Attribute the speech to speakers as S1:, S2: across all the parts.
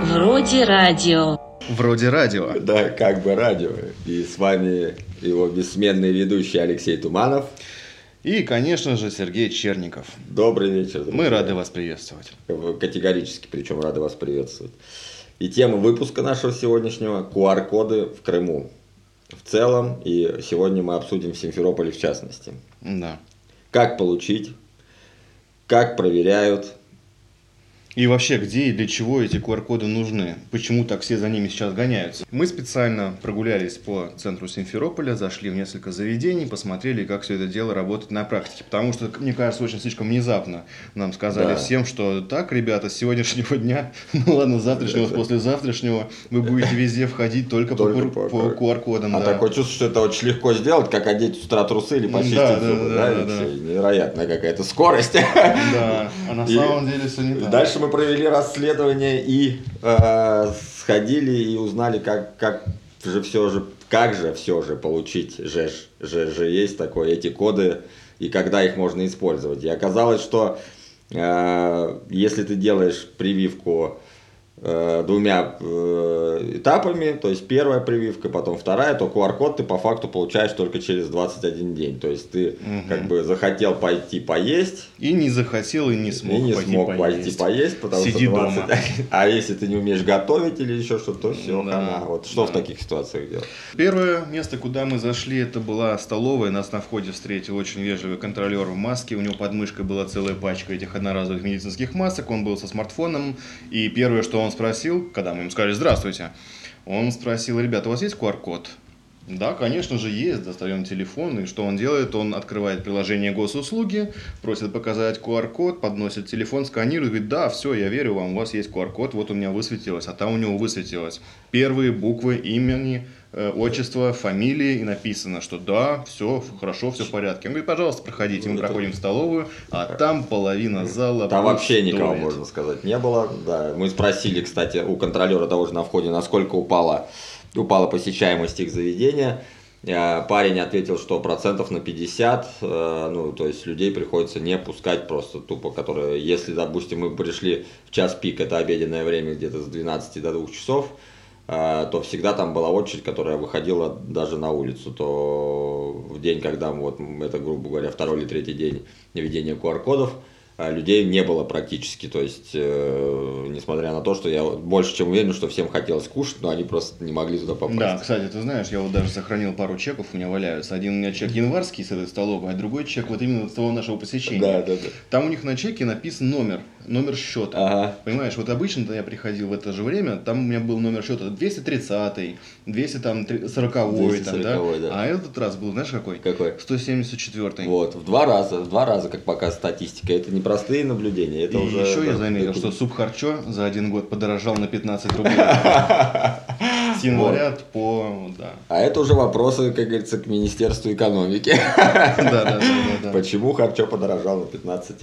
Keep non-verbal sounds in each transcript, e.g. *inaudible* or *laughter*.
S1: Вроде радио.
S2: Вроде радио.
S3: Да, как бы радио. И с вами его бессменный ведущий Алексей Туманов.
S2: И, конечно же, Сергей Черников.
S3: Добрый вечер.
S2: Мы рады вас приветствовать.
S3: Категорически, причем рады вас приветствовать. И тема выпуска нашего сегодняшнего – QR-коды в Крыму. В целом, и сегодня мы обсудим в Симферополе в частности.
S2: Да.
S3: Как получить, как проверяют,
S2: и вообще, где и для чего эти QR-коды нужны? Почему так все за ними сейчас гоняются? Мы специально прогулялись по центру Симферополя, зашли в несколько заведений, посмотрели, как все это дело работает на практике. Потому что, мне кажется, очень слишком внезапно нам сказали
S3: Да.
S2: всем, что так, ребята, с сегодняшнего дня, *laughs* ну ладно, с завтрашнего, с послезавтрашнего, вы будете везде входить только, по,
S3: Только
S2: кур-
S3: по
S2: по QR-кодам.
S3: А
S2: да.
S3: такое чувство, что это очень легко сделать, как одеть с утра трусы или
S2: Да,
S3: почистить
S2: да, да,
S3: зубы. Да,
S2: да,
S3: и
S2: да.
S3: всё. Невероятная какая-то скорость. *laughs*
S2: Да, а на
S3: И
S2: самом деле все не так.
S3: Дальше мы провели расследование и э, сходили и узнали, как, как же все же, как же все же получить же, ж- же, же есть такое, эти коды и когда их можно использовать. И оказалось, что э, если ты делаешь прививку э, двумя э, этапами, то есть первая прививка, потом вторая, то QR-код ты по факту получаешь только через 21 день. То есть ты
S2: Мгм.
S3: как бы захотел пойти поесть,
S2: И не захотел, и не смог
S3: и не
S2: пойти
S3: смог
S2: поесть.
S3: пойти поесть, потому
S2: Сиди
S3: что 20
S2: дома.
S3: *laughs* А если ты не умеешь готовить или еще что-то, то все,
S2: Да,
S3: Вот что
S2: да.
S3: в таких ситуациях делать?
S2: Первое место, куда мы зашли, это была столовая. Нас на входе встретил очень вежливый контролер в маске. У него под мышкой была целая пачка этих одноразовых медицинских масок. Он был со смартфоном. И первое, что он спросил, когда мы ему сказали «Здравствуйте», он спросил, ребята, у вас есть QR-код? Да, конечно же, есть. Достаем телефон, и что он делает? Он открывает приложение госуслуги, просит показать QR-код, подносит телефон, сканирует, говорит, да, все, я верю вам, у вас есть QR-код, вот у меня высветилось, а там у него высветилось. Первые буквы имени, э, отчество, фамилии, и написано, что да, все хорошо, все в порядке. Он говорит, пожалуйста, проходите. Мы
S3: Ну, это- ну,
S2: проходим в столовую, а там половина зала
S3: Там вообще
S2: пустует.
S3: никого, можно сказать, не было. Да, мы спросили, кстати, у контролера того же на входе, насколько упала, упала посещаемость их заведения. Э, Парень ответил, что процентов на 50, э, ну, то есть людей приходится не пускать просто тупо, которые, если, допустим, мы пришли в час пик, это обеденное время где-то с 12 до 2 часов, э, то всегда там была очередь, которая выходила даже на улицу, то в день, когда мы вот м, это, грубо говоря, второй или третий день введения QR-кодов, а, людей не было практически, то есть, э, несмотря на то, что я вот больше чем уверен, что всем хотелось кушать, но они просто не могли туда попасть.
S2: Да, кстати, ты знаешь, я вот даже сохранил пару чеков, у меня валяются. Один у меня чек январский с этой столовой, а другой чек вот именно с того нашего посещения.
S3: да, да, да.
S2: Там у них на чеке написан номер, номер счета.
S3: Ага.
S2: Понимаешь, вот обычно я приходил в это же время, там у меня был номер счета 230, 240, там, да?
S3: 240-й, да.
S2: А этот раз был, знаешь, какой?
S3: Какой?
S2: 174.
S3: Вот, в два раза, в два раза, как пока статистика. Это не простые наблюдения, это
S2: И
S3: уже...
S2: еще я
S3: да,
S2: заметил,
S3: докум-
S2: что субхарчо за один год подорожал на 15
S3: *laughs*
S2: рублей. С января по...
S3: *laughs*
S2: Да,
S3: А это уже вопросы, как говорится, к Министерству экономики.
S2: да, да, да, да.
S3: *laughs* Почему харчо подорожал на 15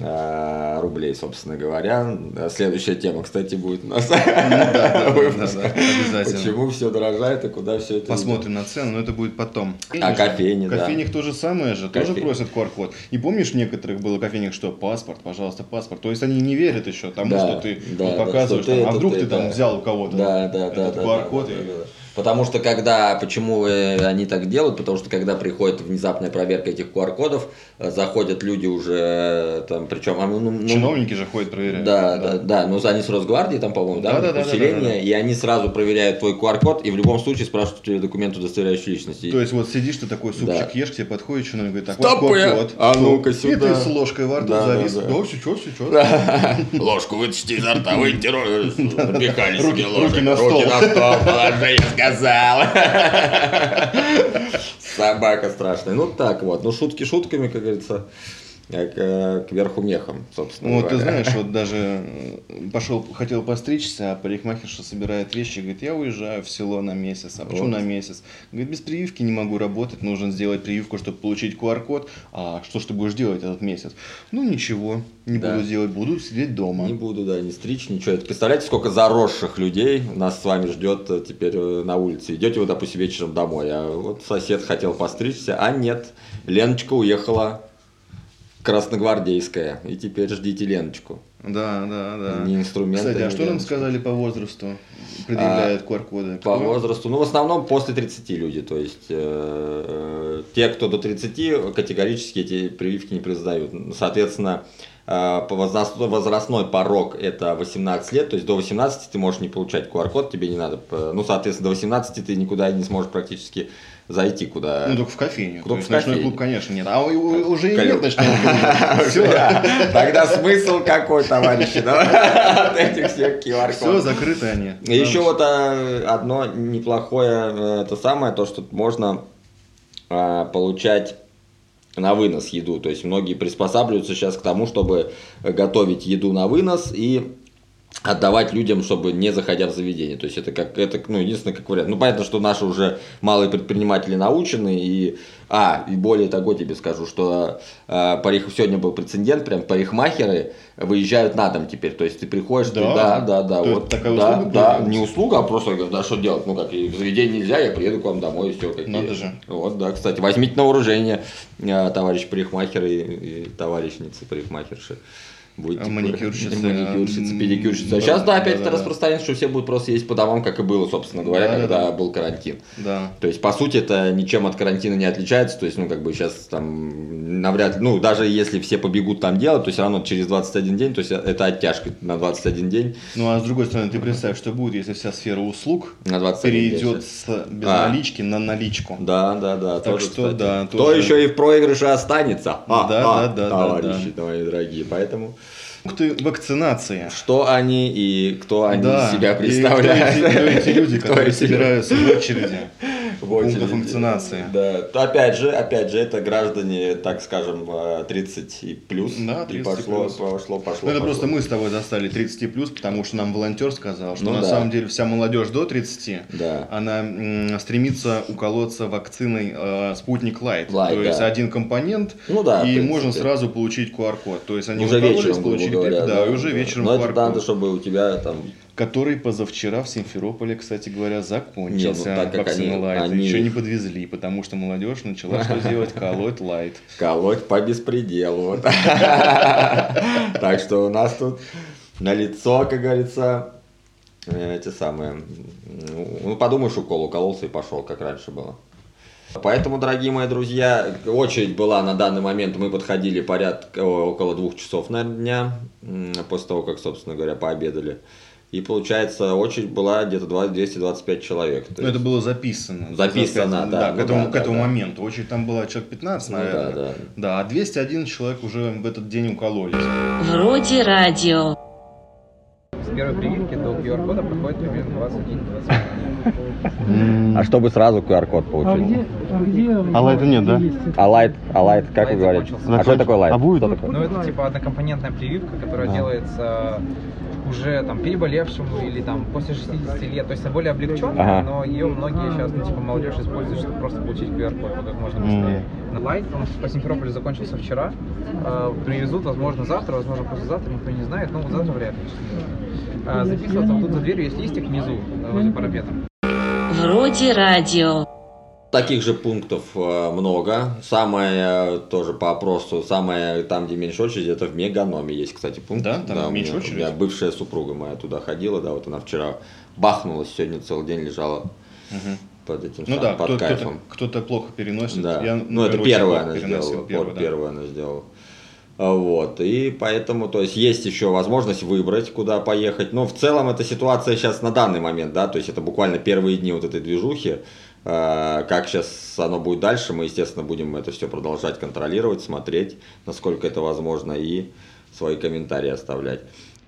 S3: а, рублей, собственно говоря. А Следующая тема, кстати, будет у нас.
S2: Ну да,
S3: *laughs*
S2: да, да,
S3: выпуск.
S2: да, обязательно.
S3: Почему все дорожает и куда все это идет?
S2: Э, Посмотрим на цену, но это будет потом.
S3: А кофейни, да.
S2: В кофейнях то же самое же, тоже
S3: Кофе-
S2: просят QR-код. И помнишь, в некоторых было кофейнях, что паспорт, пожалуйста, паспорт. То есть они не верят еще тому,
S3: Да,
S2: что ты
S3: да,
S2: вот
S3: да,
S2: показываешь,
S3: что ты
S2: там, а
S3: это,
S2: вдруг
S3: ты
S2: ты там
S3: это.
S2: взял у кого-то
S3: Да, да, да,
S2: этот
S3: да,
S2: QR-код.
S3: да,
S2: и-
S3: да, да. Потому что когда, почему э, они так делают, потому что когда приходит внезапная проверка этих QR-кодов, э, заходят люди уже э, там, причем... а, ну, ну, ну,
S2: Чиновники же ходят проверяют.
S3: Да, да, да, но они с Росгвардии там, по-моему, да,
S2: Да-да-да-да-да-да.
S3: усиление, и они сразу проверяют твой QR-код и в любом случае спрашивают у тебя документ удостоверяющей личности.
S2: То есть вот сидишь ты такой супчик
S3: Да.
S2: ешь, к тебе подходит чиновник, говорит, так,
S3: Стоп,
S2: вот
S3: э!
S2: QR-код.
S3: А ну-ка
S2: И ты
S3: сюда.
S2: с ложкой во рту
S3: Да, да,
S2: завис.
S3: да.
S2: Да, все, что, все, что.
S3: Ложку вытащите изо рта, выньте руки, напихали
S2: Руки-
S3: себе ложек.
S2: руки на стол.
S3: Руки на стол, положи, я сказал. Собака страшная. Ну так вот, ну шутки шутками, как говорится, э, к верху мехом, собственно
S2: Ну, Вот ты
S3: говоря.
S2: знаешь, вот даже э, пошел, хотел постричься, а парикмахерша собирает вещи и говорит, я уезжаю в село на месяц. А почему
S3: Вот.
S2: на месяц? Говорит, без прививки не могу работать, нужно сделать прививку, чтобы получить QR-код. А что ж ты будешь делать этот месяц? Ну ничего, не
S3: Да.
S2: буду делать, буду сидеть дома.
S3: Не буду, да, не стричь, ничего. Это Представляете, сколько заросших людей нас с вами ждет э, теперь э, на улице. Идете вы, допустим, вечером домой, а вот сосед хотел постричься, а нет, Леночка уехала красногвардейская. И теперь ждите Леночку.
S2: Да, да, да.
S3: Не инструменты.
S2: Кстати, а
S3: не
S2: что нам
S3: Леночку.
S2: сказали по возрасту? Предъявляют QR-коды.
S3: По
S2: Кто?
S3: возрасту, ну, в основном после 30 люди, то есть э, те, кто до 30, категорически эти прививки не признают. Соответственно, э, по возрас- возрастной порог это 18 лет, то есть до 18 ты можешь не получать QR-код, тебе не надо, э, ну, соответственно, до 18 ты никуда и не сможешь практически зайти куда.
S2: Ну, только в кофейне.
S3: Только
S2: То есть
S3: в
S2: ночной
S3: кофейне.
S2: клуб, конечно, нет. А у- у- уже и
S3: Колю.
S2: нет ночного клуба. Все,
S3: *laughs* Да. Тогда смысл какой, товарищи, *laughs* да, от этих всех QR-кодов.
S2: все закрыты они.
S3: И еще вот а, одно неплохое э, это самое, то, что можно а, получать на вынос еду. То есть многие приспосабливаются сейчас к тому, чтобы готовить еду на вынос и отдавать людям, чтобы не заходя в заведение. То есть это как это, ну, единственное, как вариант. Ну, понятно, что наши уже малые предприниматели научены и а, и более того тебе скажу, что э, парих... сегодня был прецедент, прям парикмахеры выезжают на дом теперь. То есть ты приходишь, ты-
S2: Да?
S3: да, да, да,
S2: То есть
S3: вот,
S2: такая
S3: да,
S2: услуга
S3: да,
S2: появилась?
S3: не услуга, а просто говорю, да, что делать, ну как, и в заведение нельзя, я приеду к вам домой, и все. Как
S2: Надо
S3: есть.
S2: же.
S3: Вот, да, кстати, возьмите на вооружение, э, товарищ парикмахер и, и товарищницы парикмахерши. Будете
S2: А Маникюрщицы,
S3: *laughs* маникюрщицы,
S2: а,
S3: педикюрщицы.
S2: да,
S3: А сейчас, да,
S2: да,
S3: опять
S2: да, да.
S3: это распространится, что все будут просто ездить по домам, как и было, собственно говоря,
S2: Да, да,
S3: когда
S2: да.
S3: был карантин.
S2: Да.
S3: То есть, по сути, это ничем от карантина не отличается. То есть, ну, как бы сейчас там навряд ли, ну, даже если все побегут там делать, то все равно через 21 день, то есть э, это оттяжка на 21 день,
S2: Ну а с другой стороны, ты представь, что будет, если вся сфера услуг
S3: на 21 день.
S2: перейдет с
S3: А.
S2: безналички на наличку.
S3: Да, да, да.
S2: Так что да,
S3: Кто
S2: тоже.
S3: еще и в проигрыше останется? А,
S2: Да, да,
S3: а,
S2: да, да,
S3: товарищи, мои дорогие. Поэтому
S2: Ух ты, вакцинация.
S3: что они и кто они
S2: Да,
S3: из себя
S2: и кто эти- кто
S3: представляют?
S2: эти люди,
S3: *laughs* Кто
S2: которые
S3: эти люди?
S2: собираются в очереди.
S3: В
S2: Пунктов
S3: очереди.
S2: вакцинации.
S3: Да, То опять же, опять же, это граждане, так скажем, э, 30 и плюс.
S2: Да,
S3: и
S2: 30 и
S3: пошло,
S2: плюс.
S3: пошло, пошло.
S2: Ну, это
S3: пошло.
S2: просто мы с тобой застали 30 плюс, потому что нам волонтер сказал, что
S3: Ну
S2: на
S3: да.
S2: самом деле вся молодежь до 30
S3: Да.
S2: она м, стремится уколоться вакциной э, Спутник Лайт.
S3: Лайт,
S2: То есть
S3: да.
S2: один компонент,
S3: Ну да. в
S2: и
S3: принципе.
S2: можно сразу получить QR-код. То есть они
S3: уже
S2: укололись,
S3: вечером, грубо
S2: получили,
S3: говоря.
S2: да, и уже вечером
S3: Но это
S2: QR-код,
S3: надо, чтобы у тебя там
S2: который позавчера в Симферополе, кстати говоря, закончился.
S3: Не, ну так как
S2: Вакцина
S3: они-
S2: Лайт
S3: они-
S2: еще не подвезли, потому что молодежь начала что делать? Колоть Лайт.
S3: колоть по беспределу. *laughs* Так что у нас тут на лицо, как говорится, э, эти самые. Ну, ну, подумаешь, укол укололся и пошел, как раньше было. Поэтому, дорогие мои друзья, очередь была на данный момент, мы подходили порядка о, около двух часов, наверное, дня, м, после того, как, собственно говоря, пообедали. И получается, очередь была где-то 20 225 человек. *laughs* То
S2: Ну, это
S3: есть,
S2: было записано.
S3: Записано, да,
S2: к
S3: ну
S2: этому,
S3: да,
S2: к
S3: да,
S2: этому
S3: да.
S2: моменту. Очередь там была человек 15,
S3: ну
S2: наверное.
S3: да, да.
S2: Да, а 201 человек уже в этот день укололись.
S1: Вроде радио.
S4: С первой прививки до QR-кода проходит примерно 20 дней. 20
S3: А чтобы сразу QR-код
S5: А
S3: получить?
S5: где, а где...
S2: А лайта нет, да?
S5: есть это?
S3: А лайт, а лайт, как вы
S4: Лайт
S3: говорите?
S4: закончился.
S3: А что такое лайт?
S2: А будет?
S3: Что такое?
S4: Ну, это типа однокомпонентная прививка, которая делается уже там переболевшему или там после 60 лет, то есть более облегченная,
S3: Ага.
S4: но ее многие сейчас, ну, типа, молодежь использует, чтобы просто получить QR-код ну, как можно быстрее. На Лайт, он по Симферополю закончился вчера, Э, привезут, возможно, завтра, возможно, послезавтра, никто не знает, но вот завтра вряд ли. Э, Записываться вот тут за дверью есть листик внизу, э, возле парапета.
S1: Вроде радио.
S3: Таких же пунктов э, много. Самое э, тоже по опросу, самое там, где меньше очереди, это в Меганоме есть, кстати, пункт.
S2: Да? Там
S3: у
S2: меньше
S3: меня-
S2: очередь?
S3: У меня бывшая супруга моя туда ходила, да, вот она вчера бахнулась, сегодня целый день лежала
S2: Мгм.
S3: под этим
S2: Ну
S3: самым,
S2: да,
S3: под
S2: кто- кто-то
S3: кайфом.
S2: кто-то плохо переносит.
S3: Да.
S2: Я,
S3: ну,
S2: например,
S3: это
S2: очень
S3: первое
S2: плохо
S3: она
S2: переносил,
S3: сделала.
S2: первое,
S3: вот
S2: да.
S3: первое она сделала. А, Вот, и поэтому, то есть, есть еще возможность выбрать, куда поехать. Но в целом эта ситуация сейчас на данный момент, да, то есть, это буквально первые дни вот этой движухи. А, Как сейчас оно будет дальше, мы, естественно, будем это все продолжать контролировать, смотреть, насколько это возможно, и свои комментарии оставлять.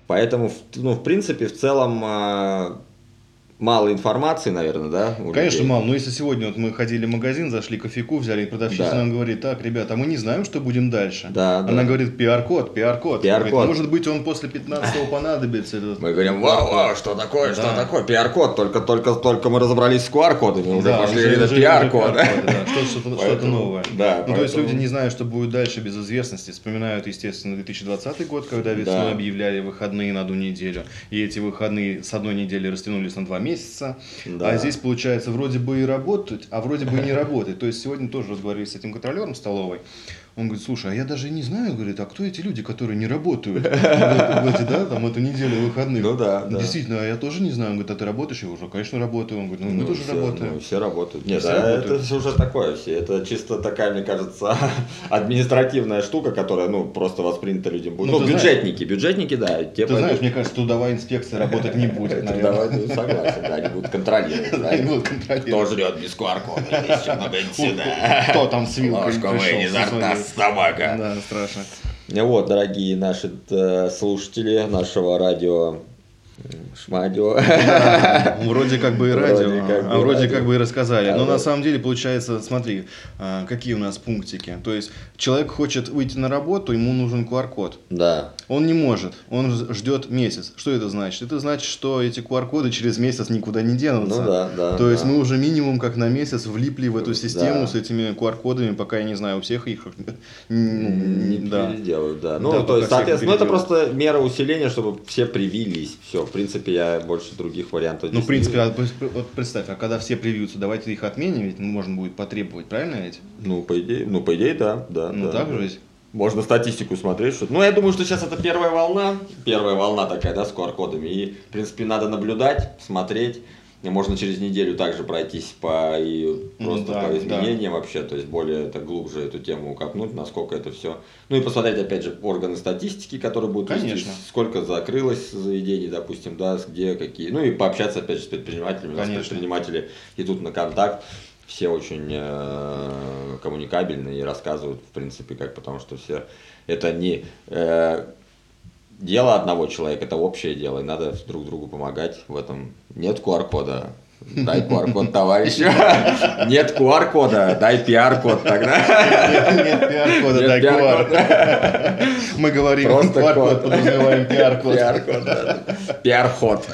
S3: Поэтому, в- ну, в принципе, в целом, а, мало информации, наверное, да? у
S2: Конечно,
S3: людей?
S2: мало, но если сегодня вот мы ходили в магазин, зашли кофейку, взяли, и продавщица
S3: Да.
S2: нам говорит, так, ребята, а мы не знаем, что будем дальше.
S3: Да, да.
S2: Она говорит, пиар-код, пиар-код.
S3: PR-код.
S2: Говорит, Может быть, он после 15 понадобится. этот
S3: Мы говорим, вау, вау, что такое, что
S2: Да.
S3: такое, пиар-код, только, только, только мы разобрались с QR-кодами, уже
S2: Да,
S3: пошли
S2: уже-
S3: на
S2: уже-
S3: пиар-код.
S2: уже пиар-коды, да, что- Что-то что-то
S3: Поэтому-
S2: новое.
S3: да,
S2: ну, то есть
S3: поэтому-
S2: люди не знают, что будет дальше без известности. Вспоминают, естественно, 2020 год, когда весной
S3: Да.
S2: объявляли выходные на одну неделю. И эти выходные с одной недели растянулись на два месяца.
S3: Да.
S2: А здесь, получается, вроде бы и работать, а вроде бы и не работать. То есть сегодня тоже разговаривали с этим контролером столовой. Он говорит, слушай, а я даже не знаю, говорит, а кто эти люди, которые не работают? Ну, вот эти, да, там эту неделю выходных.
S3: Ну да, да.
S2: Действительно, а я тоже не знаю. Он говорит, а ты работаешь? Я уже, конечно, работаю. Он говорит, ну, мы тоже
S3: все,
S2: работаем.
S3: ну, все работают.
S2: Ну,
S3: Нет,
S2: все
S3: да,
S2: работают.
S3: это же уже такое все. Это чисто такая, мне кажется, *laughs* административная штука, которая, ну, просто воспринята людям будет.
S2: Ну,
S3: Ну,
S2: ты
S3: бюджетники, бюджетники, да. Те
S2: Ты знаешь, мне кажется, трудовая инспекция работать не
S3: *laughs*
S2: будет, наверное.
S3: Давай, ну, согласен, да, они будут
S2: *laughs*
S3: контролировать.
S2: Они
S3: правильно?
S2: будут контролировать.
S3: Кто жрет без кварков? Еще много сюда.
S2: Кто там с вилкой
S3: Ложка
S2: пришел
S3: вынь изо
S2: со
S3: рта,
S2: своей?
S3: собака.
S2: Да, страшно.
S3: Ну Вот, дорогие наши э, слушатели нашего радио м, Шмадио. *laughs*
S2: Вроде как бы и
S3: Вроде
S2: радио,
S3: как бы
S2: а вроде
S3: радио.
S2: как бы и рассказали.
S3: Да,
S2: Но
S3: да.
S2: на самом деле получается, смотри, а, какие у нас пунктики. То есть человек хочет выйти на работу, ему нужен QR-код.
S3: Да.
S2: Он не может, он ж- ждет месяц. Что это значит? Это значит, что эти QR-коды через месяц никуда не денутся.
S3: Ну да, да.
S2: То есть
S3: да.
S2: мы уже минимум как на месяц влипли в эту
S3: Да.
S2: систему с этими QR-кодами, пока я не знаю, у всех их.
S3: не
S2: м, Да.
S3: переделают, да. Ну,
S2: Да,
S3: то
S2: пока
S3: есть,
S2: всех
S3: соответственно, ну, это
S2: переделают.
S3: просто мера усиления, чтобы все привились. Все, в принципе, я больше других вариантов
S2: Ну,
S3: здесь
S2: в
S3: не
S2: принципе,
S3: вижу.
S2: а пр- вот представь, а когда все привьются, давайте их отменим, ведь можно будет потребовать, правильно ведь?
S3: Ну, по идее, ну, по идее, да, да.
S2: Ну,
S3: да.
S2: так же ведь?
S3: Можно статистику смотреть, что... Ну, я думаю, что сейчас это первая волна. Первая волна такая, да, с QR-кодами. И, в принципе, надо наблюдать, смотреть. И можно через неделю также пройтись по и
S2: Ну
S3: просто
S2: да,
S3: по изменениям вообще, то есть более это глубже эту тему копнуть, насколько это все. Ну и посмотреть опять же органы статистики, которые будут вести,
S2: Конечно.
S3: сколько закрылось заведений, допустим, да, где какие. Ну и пообщаться опять же с предпринимателями. У нас
S2: Конечно.
S3: предприниматели идут на контакт, все очень э, коммуникабельны и рассказывают, в принципе, как, потому что все это не э, дело одного человека, это общее дело, и надо друг другу помогать в этом. Нет QR-кода, дай QR-код
S2: *laughs*
S3: товарищу. Нет QR-кода, дай PR-код тогда.
S2: Нет пиар-кода,
S3: Нет
S2: дай
S3: QR-кода.
S2: QR. Мы говорим
S3: Просто
S2: QR-код,
S3: код.
S2: подразумеваем пиар-код.
S3: PR-код, да. PR-ход.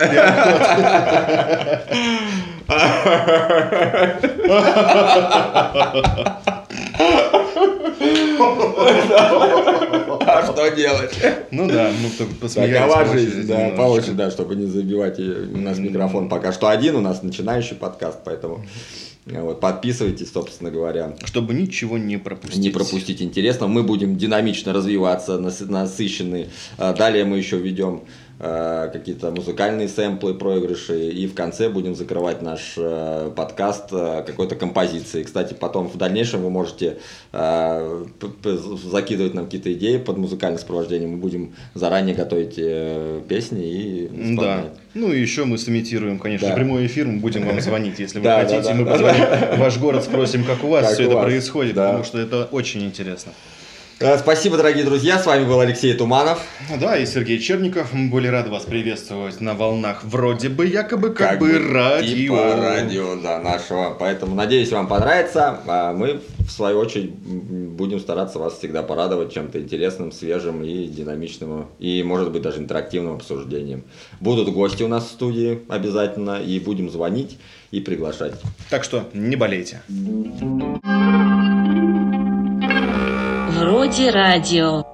S3: А что делать?
S2: Ну да, мы только посмеялись.
S3: Такова
S2: получилось
S3: жизнь, да,
S2: немножечко.
S3: получше, да, чтобы не забивать её. у нас микрофон пока что один, у нас начинающий подкаст, поэтому э, вот, подписывайтесь, собственно говоря,
S2: Чтобы ничего не пропустить.
S3: не пропустить интересно. Мы будем динамично развиваться, насы- насыщены. А Далее мы еще ведем какие-то музыкальные сэмплы, проигрыши, и в конце будем закрывать наш э, подкаст э, какой-то композицией. Кстати, потом в дальнейшем вы можете э, п- п- закидывать нам какие-то идеи под музыкальное сопровождение. Мы будем заранее готовить э, песни и
S2: Да.
S3: исполнять.
S2: Ну и еще мы сымитируем, конечно,
S3: Да.
S2: прямой эфир, мы будем вам звонить, если вы
S3: Да, да,
S2: хотите,
S3: да,
S2: мы
S3: да.
S2: позвоним в ваш город, спросим, как у вас
S3: Как
S2: все
S3: у
S2: это
S3: вас,
S2: происходит,
S3: да.
S2: потому что это очень интересно.
S3: Э, Спасибо, дорогие друзья. С вами был Алексей Туманов.
S2: Ну Да, и Сергей Черников, мы были рады вас приветствовать на волнах вроде бы, якобы, как,
S3: как
S2: бы,
S3: бы
S2: радио.
S3: типа радио да, нашего. Поэтому, надеюсь, вам понравится. А мы, в свою очередь, м, будем стараться вас всегда порадовать чем-то интересным, свежим и динамичным. И, может быть, даже интерактивным обсуждением. Будут гости у нас в студии обязательно. И будем звонить и приглашать.
S2: Так что не болейте.
S1: Вроде радио.